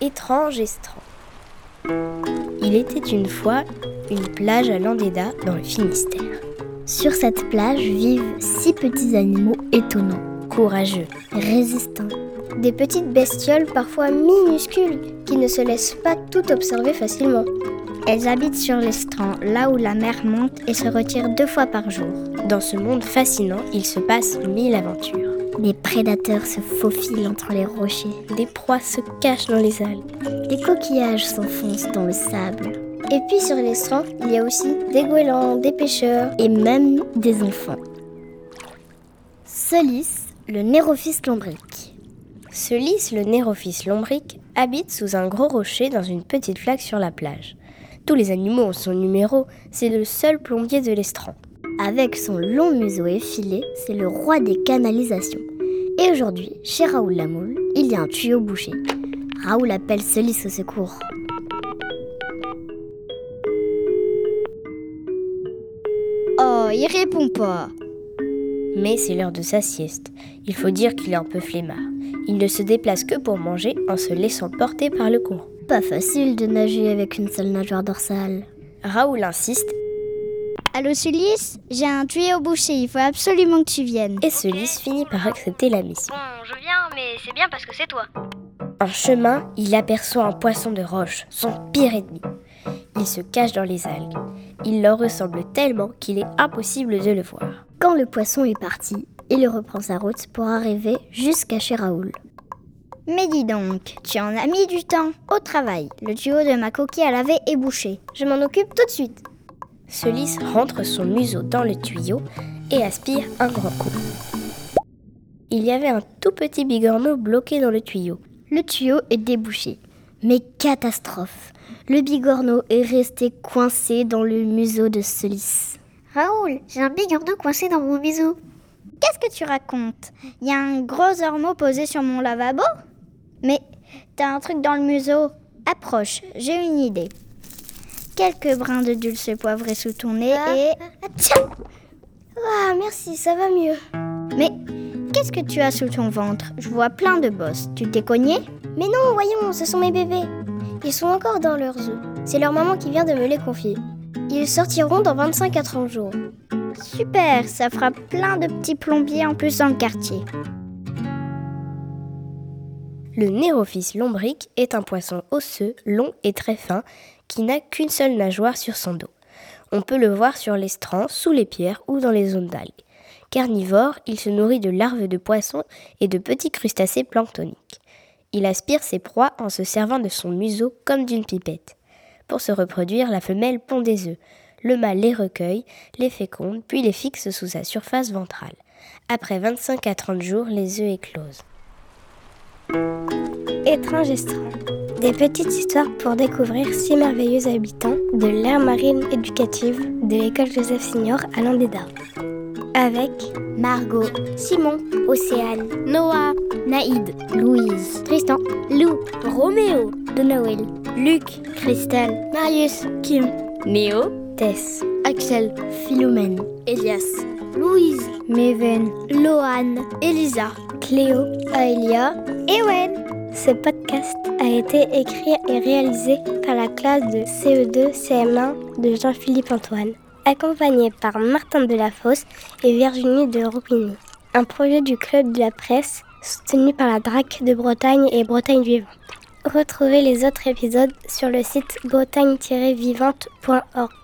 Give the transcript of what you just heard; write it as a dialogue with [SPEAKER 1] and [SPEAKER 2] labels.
[SPEAKER 1] étrange estran. Il était une fois une plage à Landéda dans le Finistère.
[SPEAKER 2] Sur cette plage vivent six petits animaux étonnants,
[SPEAKER 1] Courageux,
[SPEAKER 2] résistants. Des petites bestioles parfois minuscules qui ne se laissent pas tout observer facilement. Elles habitent sur l'estran, là où la mer monte et se retire deux fois par jour.
[SPEAKER 1] dans ce monde fascinant, il se passe mille aventures.
[SPEAKER 2] Des prédateurs se faufilent entre les rochers.
[SPEAKER 1] Des proies se cachent dans les algues.
[SPEAKER 2] Des coquillages s'enfoncent dans le sable.
[SPEAKER 1] Et puis sur les strands, il y a aussi des goélands, des pêcheurs.
[SPEAKER 2] Et même des enfants. Solis, le nérophis lombrique.
[SPEAKER 1] Ce lys, le nérophis lombrique, habite sous un gros rocher dans une petite flaque sur la plage. Tous les animaux ont son numéro, c'est le seul plombier de l'estran.
[SPEAKER 2] Avec son long museau effilé, c'est le roi des canalisations. Et aujourd'hui, chez Raoul Lamoule, il y a un tuyau bouché. Raoul appelle Solis au secours. Oh, il répond pas.
[SPEAKER 1] Mais c'est l'heure de sa sieste. Il faut dire qu'il est un peu flemmard. Il ne se déplace que pour manger en se laissant porter par le courant.
[SPEAKER 2] Pas facile de nager avec une seule nageoire dorsale.
[SPEAKER 1] Raoul insiste
[SPEAKER 2] Allô Solis, j'ai un tuyau bouché, il faut absolument que tu viennes.
[SPEAKER 1] et ce lys finit par accepter la mission.
[SPEAKER 3] Bon, je viens, mais c'est bien parce que c'est toi.
[SPEAKER 1] En chemin, il aperçoit un poisson de roche, son pire ennemi. Il se cache dans les algues. Il leur ressemble tellement qu'il est impossible de le voir.
[SPEAKER 2] Quand le poisson est parti, il reprend sa route pour arriver jusqu'à chez Raoul. Mais dis donc, tu en as mis du temps. Au travail, le tuyau de ma coquille à laver est bouché. Je m'en occupe tout de suite.
[SPEAKER 1] Ce lys rentre son museau dans le tuyau et aspire un grand coup. Il y avait un tout petit bigorneau bloqué dans le tuyau.
[SPEAKER 2] Le tuyau est débouché. Mais catastrophe Le bigorneau est resté coincé dans le museau de Solis.
[SPEAKER 3] Raoul, j'ai un bigorneau coincé dans mon museau.
[SPEAKER 2] Qu'est-ce que tu racontes Il y a un gros ormeau posé sur mon lavabo Mais t'as un truc dans le museau. Approche, j'ai une idée. Quelques brins de dulce poivré sous ton nez et...
[SPEAKER 3] ah,
[SPEAKER 2] tiens Ah, merci, ça va mieux. Mais qu'est-ce que tu as sous ton ventre Je vois plein de bosses. Tu t'es cogné
[SPEAKER 3] Mais non, voyons, ce sont mes bébés. Ils sont encore dans leurs œufs. C'est leur maman qui vient de me les confier. Ils sortiront dans 25 à 30 jours.
[SPEAKER 2] Super, ça fera plein de petits plombiers en plus dans le quartier.
[SPEAKER 1] Le nérophis lombrique est un poisson osseux, long et très fin, qui n'a qu'une seule nageoire sur son dos. On peut le voir sur l'estran, sous les pierres ou dans les zones d'algues. Carnivore, il se nourrit de larves de poissons et de petits crustacés planctoniques. Il aspire ses proies en se servant de son museau comme d'une pipette. Pour se reproduire, la femelle pond des œufs. Le mâle les recueille, les féconde, puis les fixe sous sa surface ventrale. Après 25 à 30 jours, les œufs éclosent.
[SPEAKER 3] Étrange estran. Des petites histoires pour découvrir six merveilleux habitants de l'ère marine éducative de l'école Joseph Signor à Landéda. Avec
[SPEAKER 2] Margot,
[SPEAKER 3] Simon,
[SPEAKER 2] Océane,
[SPEAKER 3] Noah,
[SPEAKER 2] Naïd, Louise, Tristan, Lou, Roméo, Donoël, Luc, Christelle, Marius, Kim,
[SPEAKER 1] Néo, Tess.
[SPEAKER 2] Axel, Philomène, Elias, Louise, Meven, Loane, Elisa, Cléo, Aelia, Ewen.
[SPEAKER 3] Ce podcast a été écrit et réalisé par la classe de E CE2-CM1 de Jean-Philippe Antoine, accompagné par Martin Delafosse et Virginie de Roupigny. Un projet du Club de la Presse soutenu par la DRAC de Bretagne et Bretagne Vivante. Retrouvez les autres épisodes sur le site bretagne-vivante.org.